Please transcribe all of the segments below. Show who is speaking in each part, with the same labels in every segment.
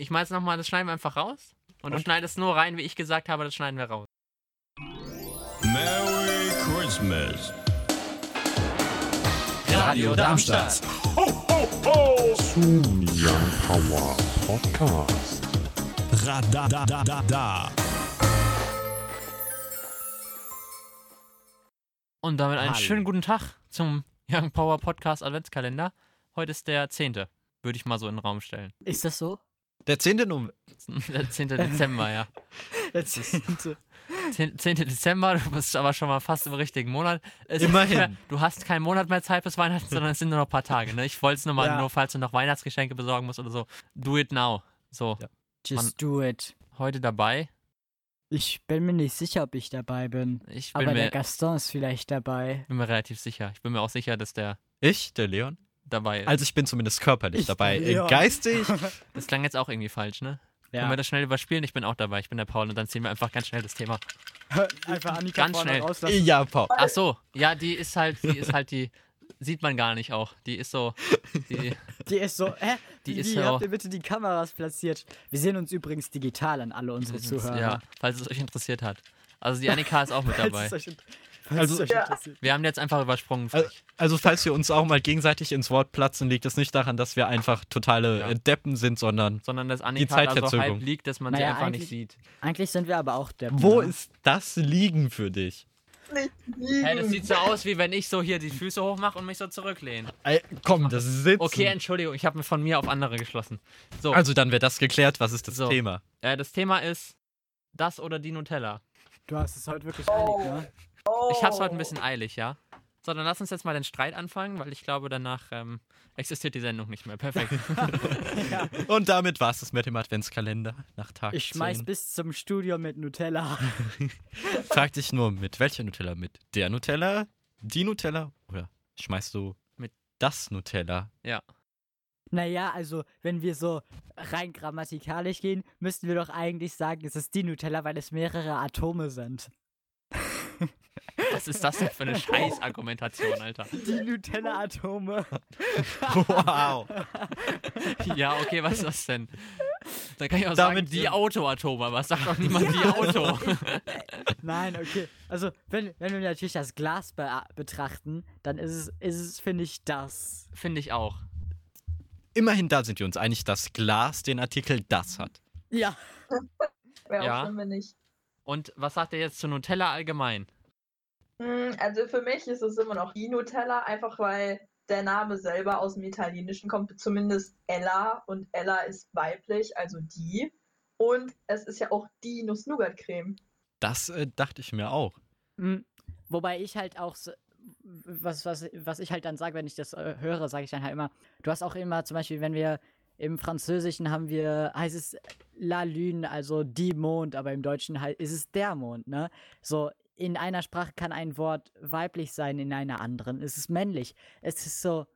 Speaker 1: Ich meine es nochmal, das schneiden wir einfach raus. Und, du
Speaker 2: Und?
Speaker 1: schneidest nur rein, wie ich gesagt habe, das schneiden wir raus.
Speaker 3: Merry Christmas.
Speaker 2: Radio Darmstadt.
Speaker 3: Radada da da da da.
Speaker 1: Und damit einen
Speaker 2: Hallo.
Speaker 1: schönen guten Tag zum Young Power Podcast Adventskalender. Heute ist der 10. Würde ich mal so in den Raum stellen.
Speaker 2: Ist das so?
Speaker 4: Der 10. Nummer.
Speaker 1: Der 10. Dezember, ja.
Speaker 2: Der zehnte.
Speaker 1: 10. 10. Dezember, du bist aber schon mal fast im richtigen Monat. Es ist
Speaker 4: Immerhin.
Speaker 1: Mehr, du hast keinen Monat mehr Zeit bis Weihnachten, sondern es sind nur noch ein paar Tage. Ne? Ich wollte es nur mal,
Speaker 2: Ja.
Speaker 1: nur falls du noch Weihnachtsgeschenke besorgen musst oder so. Do it now. So,
Speaker 4: Ja.
Speaker 1: Mann.
Speaker 2: Just do it.
Speaker 1: heute dabei.
Speaker 2: Ich bin mir nicht sicher, ob ich dabei bin.
Speaker 1: Ich bin
Speaker 2: Aber der
Speaker 1: mir,
Speaker 2: Gaston ist vielleicht dabei.
Speaker 1: bin mir relativ sicher. Ich bin mir auch sicher, dass der
Speaker 4: Ich, der Leon.
Speaker 1: dabei ist.
Speaker 4: Also ich bin zumindest körperlich
Speaker 2: Ich,
Speaker 4: dabei.
Speaker 2: der
Speaker 4: Äh,
Speaker 2: Leon.
Speaker 4: Geistig.
Speaker 1: Das klang jetzt auch irgendwie falsch, ne? Können
Speaker 2: Ja.
Speaker 1: wir das schnell überspielen? Ich bin auch dabei. Ich bin der Paul und dann ziehen wir einfach ganz schnell das Thema.
Speaker 2: Einfach Annika
Speaker 1: Ganz vorne schnell.
Speaker 2: rauslassen.
Speaker 4: ja, Paul.
Speaker 1: Ach so, ja, die ist halt, die ist halt die, sieht man gar nicht auch. Die ist so, die,
Speaker 2: Die ist so, hä?
Speaker 1: Die
Speaker 2: Wie
Speaker 1: ist
Speaker 2: habt
Speaker 1: auch-
Speaker 2: ihr bitte die Kameras platziert? Wir sehen uns übrigens digital an alle unsere Zuhörer.
Speaker 1: ja, falls es euch interessiert hat. Also die Annika ist auch mit dabei.
Speaker 2: Falls es euch inter- falls
Speaker 4: Also-
Speaker 2: es euch interessiert.
Speaker 1: Wir haben die jetzt einfach übersprungen.
Speaker 4: Also, also falls wir uns auch mal gegenseitig ins Wort platzen, liegt es nicht daran, dass wir einfach totale
Speaker 1: Ja.
Speaker 4: äh, Deppen sind, sondern
Speaker 1: sondern dass Annika da so
Speaker 4: Zeitverzögerung.
Speaker 1: halb liegt, dass man
Speaker 2: Naja,
Speaker 1: sie einfach nicht
Speaker 2: eigentlich-
Speaker 1: sieht.
Speaker 2: Eigentlich sind wir aber auch der.
Speaker 4: wo ist das Liegen für dich?
Speaker 1: Hey, das sieht so aus, wie wenn ich so hier die Füße hochmache und mich so zurücklehne.
Speaker 4: Ey, komm, das ist Sitzen.
Speaker 1: Okay, Entschuldigung, ich habe von mir auf andere geschlossen. So,
Speaker 4: also dann wäre das geklärt. Was ist das
Speaker 1: So.
Speaker 4: Thema?
Speaker 1: äh, das Thema ist das oder die Nutella.
Speaker 2: Du hast es heute wirklich eilig, ne?
Speaker 1: Ich hab's heute ein bisschen eilig, ja. So, dann lass uns jetzt mal den Streit anfangen, weil ich glaube, danach ähm, existiert die Sendung nicht mehr. Perfekt.
Speaker 4: Und damit war es das mit dem Adventskalender nach Tag
Speaker 2: Ich schmeiß
Speaker 4: 10.
Speaker 2: bis zum Studio mit Nutella.
Speaker 4: Frag dich nur, mit welcher Nutella? Mit der Nutella? Die Nutella? Oder schmeißt du
Speaker 1: Mit-
Speaker 4: mit das Nutella?
Speaker 2: Naja, also, wenn wir so rein grammatikalisch gehen, müssten wir doch eigentlich sagen, es ist die Nutella, weil es mehrere Atome sind.
Speaker 1: Was ist das denn für eine Scheißargumentation, Alter?
Speaker 2: Die Nutella-Atome.
Speaker 4: Wow.
Speaker 1: Ja, okay, was ist das denn? Da kann ich auch
Speaker 4: Damit
Speaker 1: sagen, die
Speaker 4: sind-
Speaker 1: Autoatome, aber es sagt doch niemand die Auto.
Speaker 2: Nein, okay. Also, wenn, wenn wir natürlich das Glas be betrachten, dann ist es, ist es finde ich, das.
Speaker 1: Finde ich auch.
Speaker 4: Immerhin da sind wir uns einig, dass Glas den Artikel das hat.
Speaker 2: Ja.
Speaker 5: Wäre
Speaker 1: Ja.
Speaker 5: auch schlimm, wenn nicht.
Speaker 1: Und was sagt ihr jetzt zu Nutella allgemein?
Speaker 5: Hm, Also für mich ist es immer noch die Nutella, einfach weil der Name selber aus dem Italienischen kommt, zumindest Ella und Ella ist weiblich, also die. Und es ist ja auch die Nuss-Nougat-Creme.
Speaker 4: Das äh, dachte ich mir auch.
Speaker 2: Mm, Wobei ich halt auch, so- was, was, was ich halt dann sage, wenn ich das äh, höre, sage ich dann halt immer, du hast auch immer zum Beispiel, wenn wir im Französischen haben wir, heißt es La Lune, also die Mond, aber im Deutschen halt ist es der Mond, ne? So, in einer Sprache kann ein Wort weiblich sein, in einer anderen ist es männlich. Es ist so,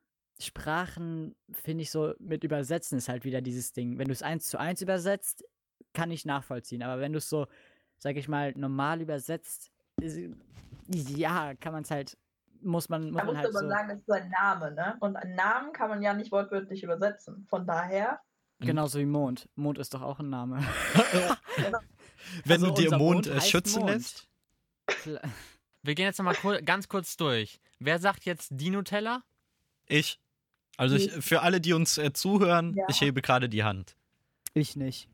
Speaker 2: Sprachen, finde ich so, mit Übersetzen ist halt wieder dieses Ding. Wenn du es eins zu eins übersetzt, kann ich nachvollziehen, aber wenn du es so, sag ich mal, normal übersetzt, ist, ja, kann man es halt, muss man, muss
Speaker 5: Da
Speaker 2: man
Speaker 5: muss
Speaker 2: halt
Speaker 5: aber
Speaker 2: so.
Speaker 5: sagen, es ist ein Name, ne? Und einen Namen kann man ja nicht wortwörtlich übersetzen. Von daher,
Speaker 2: Genauso wie Mond. Mond ist doch auch ein Name.
Speaker 4: Wenn
Speaker 2: Also
Speaker 4: du dir
Speaker 2: unser
Speaker 4: Mond, äh,
Speaker 2: heißt
Speaker 4: schützen
Speaker 2: Mond.
Speaker 4: lässt.
Speaker 2: Kla-
Speaker 1: Wir gehen jetzt nochmal kur ganz kurz durch. Wer sagt jetzt die Nutella?
Speaker 4: Ich. Also ich,
Speaker 1: Hm.
Speaker 4: für alle, die uns äh, zuhören,
Speaker 5: Ja.
Speaker 4: ich hebe gerade die Hand.
Speaker 2: Ich nicht.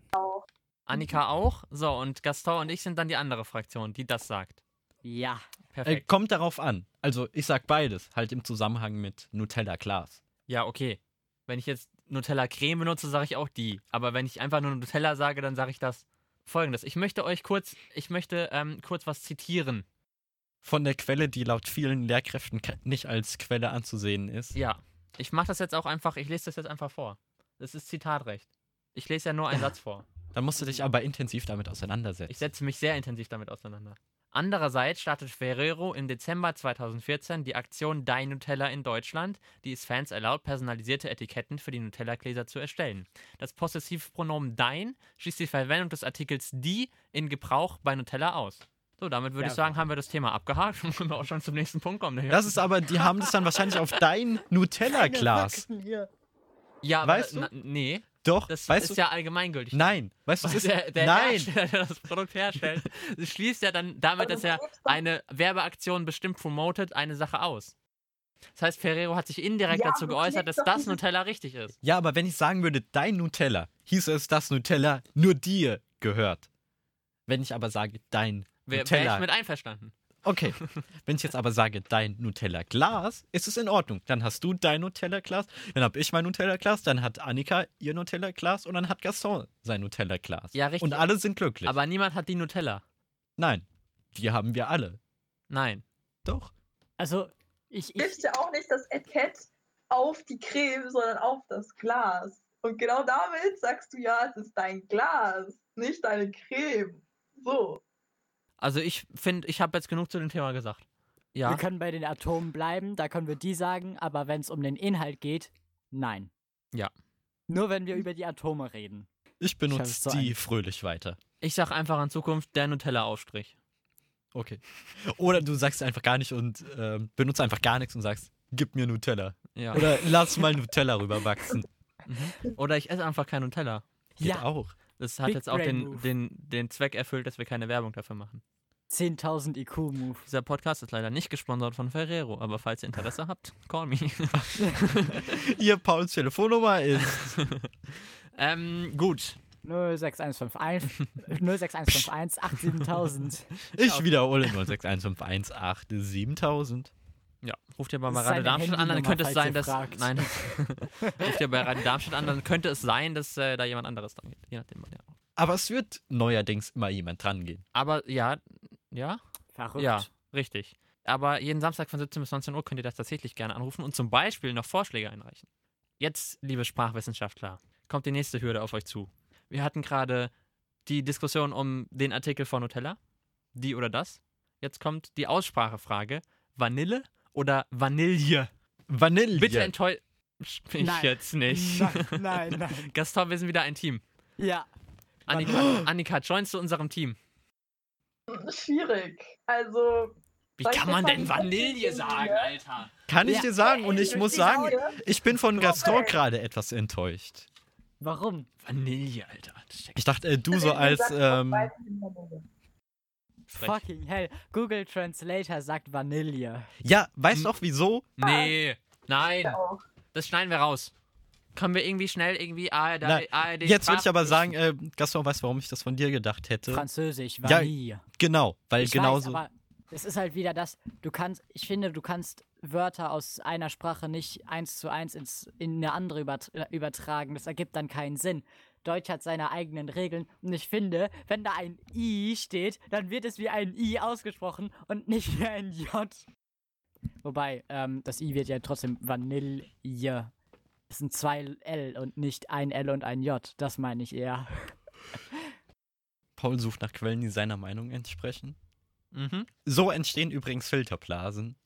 Speaker 1: Annika auch. So, und Gaston und ich sind dann die andere Fraktion, die das sagt.
Speaker 2: Ja.
Speaker 4: Äh,
Speaker 1: Perfekt.
Speaker 4: kommt darauf an. Also ich sag beides, halt im Zusammenhang mit Nutella Glas.
Speaker 1: Ja, okay. Wenn ich jetzt Nutella Creme benutze, sage ich auch die. Aber wenn ich einfach nur Nutella sage, dann sage ich das folgendes. Ich möchte euch kurz, ich möchte ähm, kurz was zitieren.
Speaker 4: Von der Quelle, die laut vielen Lehrkräften ke- nicht als Quelle anzusehen ist.
Speaker 1: Ja. Ich mache das jetzt auch einfach, ich lese das jetzt einfach vor. Das ist Zitatrecht. Ich lese ja nur einen Satz vor.
Speaker 4: Dann musst du dich aber intensiv damit
Speaker 1: Ich
Speaker 4: auseinandersetzen.
Speaker 1: setze mich sehr intensiv damit auseinander. Andererseits startet Ferrero im Dezember 2014 die Aktion Dein Nutella in Deutschland, die es Fans erlaubt, personalisierte Etiketten für die Nutella-Gläser zu erstellen. Das Possessivpronomen Dein schließt die Verwendung des Artikels Die in Gebrauch bei Nutella aus. So, damit würde
Speaker 2: Ja.
Speaker 1: ich sagen, haben wir das Thema abgehakt und können wir auch schon zum nächsten Punkt kommen. ne?
Speaker 4: Das ist aber, die haben das dann wahrscheinlich auf dein Nutella Glas.
Speaker 2: Hier.
Speaker 1: ja, aber-
Speaker 4: weißt du?
Speaker 1: na, nee.
Speaker 4: Doch,
Speaker 1: Das
Speaker 4: weißt
Speaker 1: ist
Speaker 4: du,
Speaker 1: ja allgemeingültig.
Speaker 4: nein, weißt du,
Speaker 1: Weil
Speaker 4: es ist,
Speaker 1: der, der
Speaker 4: nein,
Speaker 1: Hersteller, der das Produkt herstellt, schließt ja dann damit, dass er eine Werbeaktion bestimmt promotet, eine Sache aus. Das heißt, Ferrero hat sich indirekt
Speaker 5: Ja,
Speaker 1: dazu
Speaker 5: aber
Speaker 1: geäußert, dass
Speaker 5: vielleicht doch
Speaker 1: das
Speaker 5: diese-
Speaker 1: Nutella richtig ist.
Speaker 4: ja, aber wenn ich sagen würde, dein Nutella, hieß es, dass Nutella nur dir gehört. Wenn ich aber sage, dein
Speaker 1: Wäre wär ich
Speaker 4: Nutella
Speaker 1: mit einverstanden.
Speaker 4: Okay. Wenn ich jetzt aber sage, dein Nutella-Glas, ist es in Ordnung. Dann hast du dein Nutella-Glas, dann habe ich mein Nutella-Glas, dann hat Annika ihr Nutella-Glas und dann hat Gaston sein Nutella-Glas.
Speaker 1: Ja, richtig.
Speaker 4: Und alle sind glücklich.
Speaker 1: Aber niemand hat die Nutella.
Speaker 4: Nein, die haben wir alle.
Speaker 1: Nein.
Speaker 4: Doch.
Speaker 2: Also, ich,
Speaker 5: Gibst
Speaker 2: ich,
Speaker 5: ja auch nicht das Etikett auf die Creme, sondern auf das Glas. Und genau damit sagst du ja, es ist dein Glas, nicht deine Creme. So.
Speaker 1: Also ich finde, ich habe jetzt genug zu dem Thema gesagt.
Speaker 2: wir
Speaker 1: Ja.
Speaker 2: können bei den Atomen bleiben, da können wir die sagen, aber wenn es um den Inhalt geht, nein.
Speaker 1: Ja.
Speaker 2: Nur wenn wir über die Atome reden.
Speaker 4: Ich
Speaker 2: Schau,
Speaker 4: benutze
Speaker 2: ist so
Speaker 4: die
Speaker 2: ein-
Speaker 4: fröhlich weiter.
Speaker 1: Ich sag einfach in Zukunft der Nutella-Aufstrich.
Speaker 4: Okay. Oder du sagst einfach gar nicht und ähm, benutzt einfach gar nichts und sagst, gib mir Nutella.
Speaker 1: Ja. Oder,
Speaker 4: Oder lass mal Nutella rüberwachsen.
Speaker 1: ich esse einfach kein Nutella.
Speaker 4: Geht
Speaker 2: ja,
Speaker 4: auch.
Speaker 1: Das hat
Speaker 2: Big
Speaker 1: jetzt auch
Speaker 2: brain
Speaker 1: den,
Speaker 2: move.
Speaker 1: den, den Zweck erfüllt, dass wir keine Werbung dafür machen.
Speaker 2: 10.000 IQ-Move.
Speaker 1: Dieser Podcast ist leider nicht gesponsert von Ferrero, aber falls ihr Interesse habt, call me.
Speaker 4: Ihr Pauls Telefonnummer ist.
Speaker 1: ähm, gut.
Speaker 2: 06151 06151 87000.
Speaker 4: Ich wiederhole 0615118 7000.
Speaker 1: Ja, ruft ihr mal bei
Speaker 2: Das ist
Speaker 1: Radio
Speaker 2: seine
Speaker 1: Darmstadt an, dann
Speaker 2: Handynummer,
Speaker 1: könnte es
Speaker 2: falls
Speaker 1: sein,
Speaker 2: ihr
Speaker 1: dass.
Speaker 2: fragt.
Speaker 1: Nein. ruft ihr bei Radio Darmstadt an, dann könnte es sein, dass äh, da jemand anderes dran geht. Je nachdem, wann ihr-
Speaker 4: Aber es wird neuerdings immer jemand dran gehen.
Speaker 1: Aber ja, ja,
Speaker 2: Verrückt.
Speaker 1: ja, richtig. Aber jeden Samstag von 17 bis 19 Uhr könnt ihr das tatsächlich gerne anrufen und zum Beispiel noch Vorschläge einreichen. Jetzt, liebe Sprachwissenschaftler, kommt die nächste Hürde auf euch zu. Wir hatten gerade die Diskussion um den Artikel von Nutella, die oder das. Jetzt kommt die Aussprachefrage: Vanille oder Vanille?
Speaker 4: Vanille.
Speaker 1: Bitte enttäuscht mich
Speaker 2: Nein.
Speaker 1: jetzt nicht.
Speaker 2: Nein, nein, nein.
Speaker 1: Gaston, wir sind wieder ein Team.
Speaker 2: Ja.
Speaker 1: Annika, Annika, joinst du unserem Team?
Speaker 5: Schwierig. Also,
Speaker 1: Wie
Speaker 5: Soll ich
Speaker 1: kann
Speaker 5: jetzt
Speaker 1: man
Speaker 5: mal
Speaker 1: denn
Speaker 5: die
Speaker 1: Vanille
Speaker 5: Vanille?
Speaker 1: sagen, Alter?
Speaker 4: Kann ich
Speaker 2: Ja.
Speaker 4: dir sagen und ich
Speaker 5: Ey,
Speaker 4: muss
Speaker 5: durch die
Speaker 4: sagen,
Speaker 5: Laune.
Speaker 4: ich bin von Gaston gerade etwas enttäuscht.
Speaker 2: Warum?
Speaker 1: Vanille, Alter. Das ist ja
Speaker 4: Ich dachte, äh, du so
Speaker 5: Wie
Speaker 4: als
Speaker 5: gesagt,
Speaker 4: ähm,
Speaker 5: weiterhin Vanille.
Speaker 1: frech.
Speaker 2: Fucking hell. Google Translator sagt Vanille.
Speaker 4: Ja, weißt du auch wieso?
Speaker 1: Nee, nein,
Speaker 5: Ja, auch.
Speaker 1: das schneiden wir raus. Können wir irgendwie schnell irgendwie ARD,
Speaker 4: Nein,
Speaker 1: ARD
Speaker 4: Jetzt würde ich aber
Speaker 1: Sprach-
Speaker 4: sagen, äh, Gaston weiß, warum ich das von dir gedacht hätte.
Speaker 2: Französisch,
Speaker 4: Ja,
Speaker 2: Vanille.
Speaker 4: Genau, weil
Speaker 2: Ich
Speaker 4: genauso.
Speaker 2: Weiß, aber es ist halt wieder das, du kannst, ich finde, du kannst Wörter aus einer Sprache nicht eins zu eins ins, in eine andere übert übertragen. Das ergibt dann keinen Sinn. Deutsch hat seine eigenen Regeln und ich finde, wenn da ein I steht, dann wird es wie ein I ausgesprochen und nicht wie ein J. Wobei, ähm, das I wird ja trotzdem Vanille. Das sind zwei L und nicht ein L und ein J. Das meine ich eher.
Speaker 4: Paul sucht nach Quellen, die seiner Meinung entsprechen.
Speaker 1: Mhm.
Speaker 4: So entstehen übrigens Filterblasen.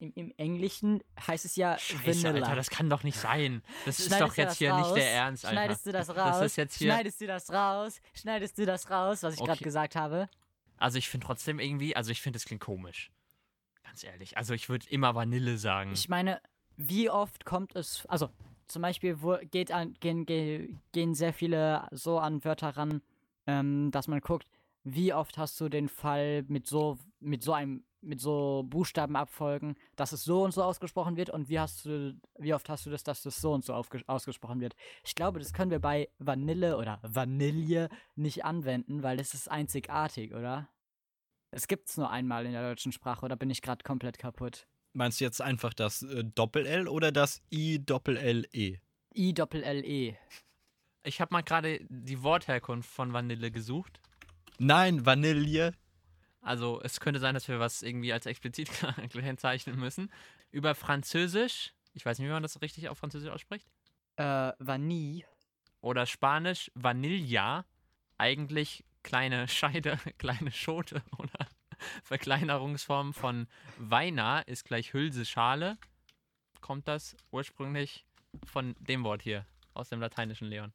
Speaker 2: Im, im Englischen heißt es ja
Speaker 1: Scheiße,
Speaker 2: Vanilla.
Speaker 1: Alter, das kann doch nicht sein. Das ist
Speaker 2: Schneidest
Speaker 1: doch
Speaker 2: du
Speaker 1: jetzt
Speaker 2: das
Speaker 1: hier nicht
Speaker 2: raus?
Speaker 1: der Ernst, Alter.
Speaker 2: Schneidest du das raus?
Speaker 1: Das ist jetzt hier.
Speaker 2: Schneidest du das raus? Schneidest du das raus, was ich
Speaker 1: Okay.
Speaker 2: gerade gesagt habe?
Speaker 1: Also ich finde trotzdem irgendwie, also ich finde, es klingt komisch. Ganz ehrlich. Also ich würde immer Vanille sagen.
Speaker 2: Ich meine, wie oft kommt es, also zum Beispiel wo, geht an, gehen, ge- gehen sehr viele so an Wörter ran, ähm, dass man guckt, wie oft hast du den Fall mit so, mit so einem, mit so Buchstabenabfolgen, dass es so und so ausgesprochen wird und wie hast du, wie oft hast du das, dass es so und so aufge- ausgesprochen wird. Ich glaube, das können wir bei Vanille oder Vanille nicht anwenden, weil das ist einzigartig, oder? Es gibt's nur einmal in der deutschen Sprache, oder bin ich gerade komplett kaputt?
Speaker 4: Meinst du jetzt einfach das äh, Doppel-L oder das I-Doppel-L-E?
Speaker 2: I-Doppel-L-E.
Speaker 1: Ich habe mal gerade die Wortherkunft von Vanille gesucht.
Speaker 4: Nein, Vanille.
Speaker 1: Also es könnte sein, dass wir was irgendwie als explizit kennzeichnen müssen. Über Französisch, ich weiß nicht, wie man das richtig auf Französisch ausspricht,
Speaker 2: Äh, Vanille.
Speaker 1: oder Spanisch Vanilla, eigentlich kleine Scheide, kleine Schote oder Verkleinerungsform von Weina ist gleich Hülse, Schale. Kommt das ursprünglich von dem Wort hier, aus dem lateinischen Leon.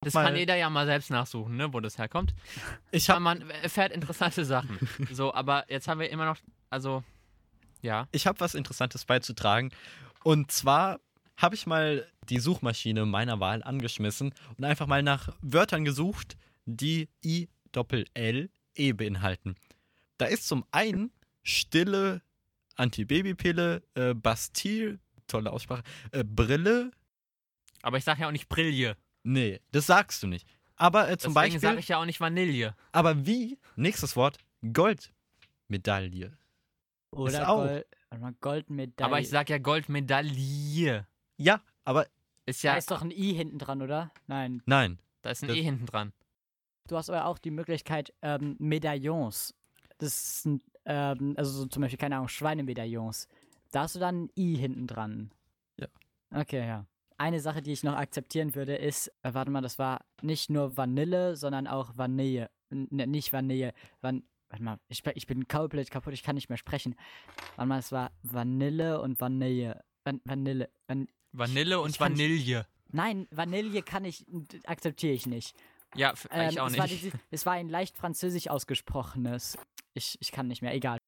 Speaker 1: Das
Speaker 4: Mal-
Speaker 1: kann jeder ja mal selbst nachsuchen, ne, wo das herkommt.
Speaker 4: Ich
Speaker 1: Ja,
Speaker 4: habe
Speaker 1: man erfährt interessante Sachen. So, aber jetzt haben wir immer noch, also, ja.
Speaker 4: ich hab was Interessantes beizutragen. Und zwar habe ich mal die Suchmaschine meiner Wahl angeschmissen und einfach mal nach Wörtern gesucht, die I Doppel L E beinhalten. Da ist zum einen stille Antibabypille, äh, Bastille, tolle Aussprache, äh, Brille.
Speaker 1: Aber ich sage ja auch nicht Brille.
Speaker 4: Nee, das sagst du nicht. Aber äh, zum
Speaker 1: Deswegen
Speaker 4: Beispiel,
Speaker 1: sage ich ja auch nicht Vanille.
Speaker 4: aber wie, nächstes Wort, Goldmedaille.
Speaker 2: Oder
Speaker 4: auch.
Speaker 2: Gold, warte mal, Goldmedaille.
Speaker 1: Oh, Aber ich sage ja Goldmedaille.
Speaker 4: Ja, aber
Speaker 1: Ist
Speaker 2: Da
Speaker 1: ja,
Speaker 2: ist doch ein I hinten dran, oder? Nein.
Speaker 4: nein.
Speaker 1: da ist ein
Speaker 4: das-
Speaker 1: E hinten dran.
Speaker 2: Du hast aber auch die Möglichkeit, ähm, Medaillons. Das sind, ähm, also so zum Beispiel, keine Ahnung, Schweinemedaillons. Da hast du dann ein I hinten dran.
Speaker 4: Ja.
Speaker 2: Okay, ja. Eine Sache, die ich noch akzeptieren würde, ist, äh, warte mal, das war nicht nur Vanille, sondern auch Vanille. N ne, nicht Vanille. Van warte mal, ich, bin- ich bin komplett kaputt, ich kann nicht mehr sprechen. Warte mal, es war Vanille und Vanille. Van Vanille. Van
Speaker 1: Vanille und
Speaker 2: ich kann nicht-
Speaker 1: Vanille.
Speaker 2: Nein, Vanille kann ich, akzeptiere ich nicht.
Speaker 1: Ja, f-
Speaker 2: Ähm,
Speaker 1: ich auch
Speaker 2: es, War
Speaker 1: nicht.
Speaker 2: dieses- es war ein leicht französisch ausgesprochenes. Ich, ich kann nicht mehr, egal.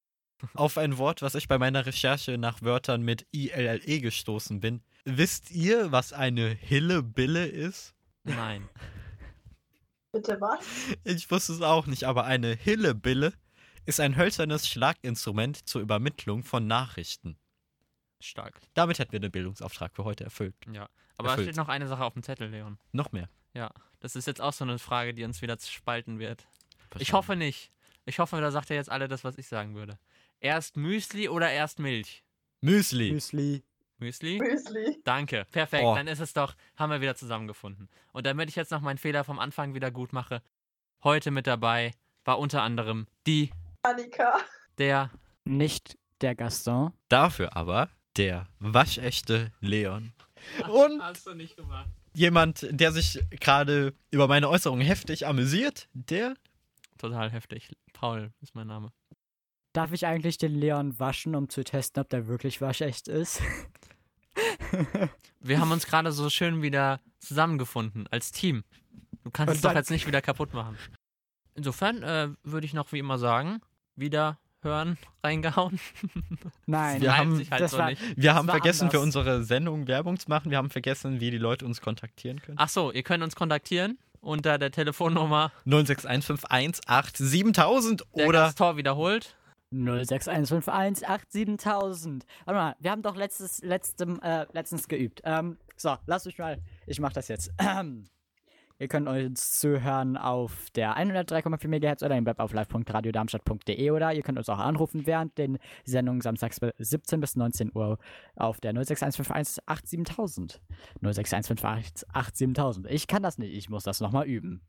Speaker 4: auf ein Wort, was ich bei meiner Recherche nach Wörtern mit ILLE E gestoßen bin. Wisst ihr, was eine Hillebille ist?
Speaker 1: Nein.
Speaker 5: Bitte was?
Speaker 4: Ich wusste es auch nicht, aber eine Hillebille ist ein hölzernes Schlaginstrument zur Übermittlung von Nachrichten.
Speaker 1: Stark.
Speaker 4: Damit hätten wir den Bildungsauftrag für heute erfüllt.
Speaker 1: Ja. Aber da
Speaker 4: Erfüllt.
Speaker 1: steht noch eine Sache auf dem Zettel, Leon.
Speaker 4: Noch mehr.
Speaker 1: Das ist jetzt auch so eine Frage, die uns wieder spalten wird. Ich hoffe nicht. Ich hoffe, da sagt ihr jetzt alle das, was ich sagen würde. Erst Müsli oder erst Milch?
Speaker 4: Müsli.
Speaker 2: Müsli.
Speaker 1: Müsli?
Speaker 5: Müsli.
Speaker 1: Danke. Perfekt.
Speaker 4: Oh.
Speaker 1: Dann ist es doch, haben wir wieder zusammengefunden. Und damit ich jetzt noch meinen Fehler vom Anfang wieder gut mache, heute mit dabei war unter anderem die,
Speaker 5: Annika.
Speaker 1: der,
Speaker 2: Nicht der Gaston.
Speaker 4: Dafür aber der waschechte Leon. Und
Speaker 1: Hast du nicht gemacht.
Speaker 4: jemand, der sich gerade über meine Äußerung heftig amüsiert, der
Speaker 1: Total heftig. Paul ist mein Name.
Speaker 2: Darf ich eigentlich den Leon waschen, um zu testen, ob der wirklich waschecht ist?
Speaker 1: Wir haben uns gerade so schön wieder zusammengefunden als Team. Du kannst
Speaker 4: Und
Speaker 1: es doch
Speaker 4: dann-
Speaker 1: jetzt nicht wieder kaputt machen. Insofern äh, würde ich noch wie immer sagen, wieder hören, reingehauen.
Speaker 2: Nein.
Speaker 4: Wir
Speaker 1: Reimt
Speaker 4: haben-
Speaker 1: sich halt
Speaker 2: das
Speaker 1: so
Speaker 2: war-
Speaker 1: nicht.
Speaker 4: Wir haben
Speaker 2: war
Speaker 4: vergessen, für
Speaker 2: anders.
Speaker 4: unsere Sendung Werbung zu machen. Wir haben vergessen, wie die Leute uns kontaktieren können.
Speaker 1: Ach so, ihr könnt uns kontaktieren unter der Telefonnummer
Speaker 4: 06151877000
Speaker 1: der
Speaker 4: oder
Speaker 1: Tor wiederholt.
Speaker 2: 06151871000. Warte mal, wir haben doch letztes, letztem, äh, letztens geübt. Ähm, so, lasst mich mal. Ich mach das jetzt. Ähm, Ihr könnt uns zuhören auf der 103,4 MHz oder im Web auf live.radiodarmstadt.de oder ihr könnt uns auch anrufen während den Sendungen samstags bei 17 bis 19 Uhr auf der 06151871000. 06151871000. Ich kann das nicht, ich muss das nochmal üben.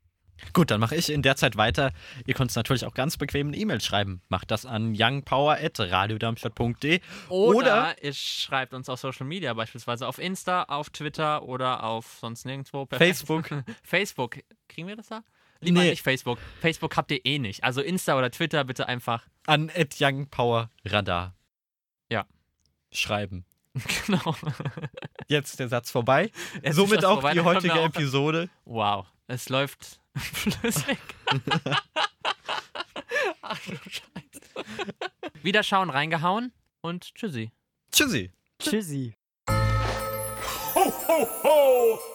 Speaker 4: gut, dann mache ich in der Zeit weiter. Ihr könnt uns natürlich auch ganz bequem eine E-Mail schreiben. Macht das an youngpower@radiodarmstadt.de
Speaker 1: Oder,
Speaker 4: Oder-
Speaker 1: ihr schreibt uns auf Social Media, beispielsweise auf Insta, auf Twitter oder auf sonst nirgendwo. Perfekt.
Speaker 4: Facebook.
Speaker 1: Facebook. Kriegen wir das da? Lieber
Speaker 4: Nee.
Speaker 1: nicht Facebook. Facebook habt ihr eh nicht. Also Insta oder Twitter bitte einfach.
Speaker 4: an @youngpowerradar.
Speaker 1: Ja.
Speaker 4: Schreiben.
Speaker 1: genau.
Speaker 4: Jetzt der Satz vorbei.
Speaker 1: Jetzt ist
Speaker 4: Somit
Speaker 1: das
Speaker 4: auch
Speaker 1: vorbei,
Speaker 4: die
Speaker 1: dann können
Speaker 4: heutige
Speaker 1: wir auch-
Speaker 4: Episode.
Speaker 1: Wow, es läuft flüssig. Ach du Scheiße. Wieder schauen, reingehauen und tschüssi.
Speaker 4: Tschüssi.
Speaker 2: Tschüssi.
Speaker 3: Ho, ho, ho!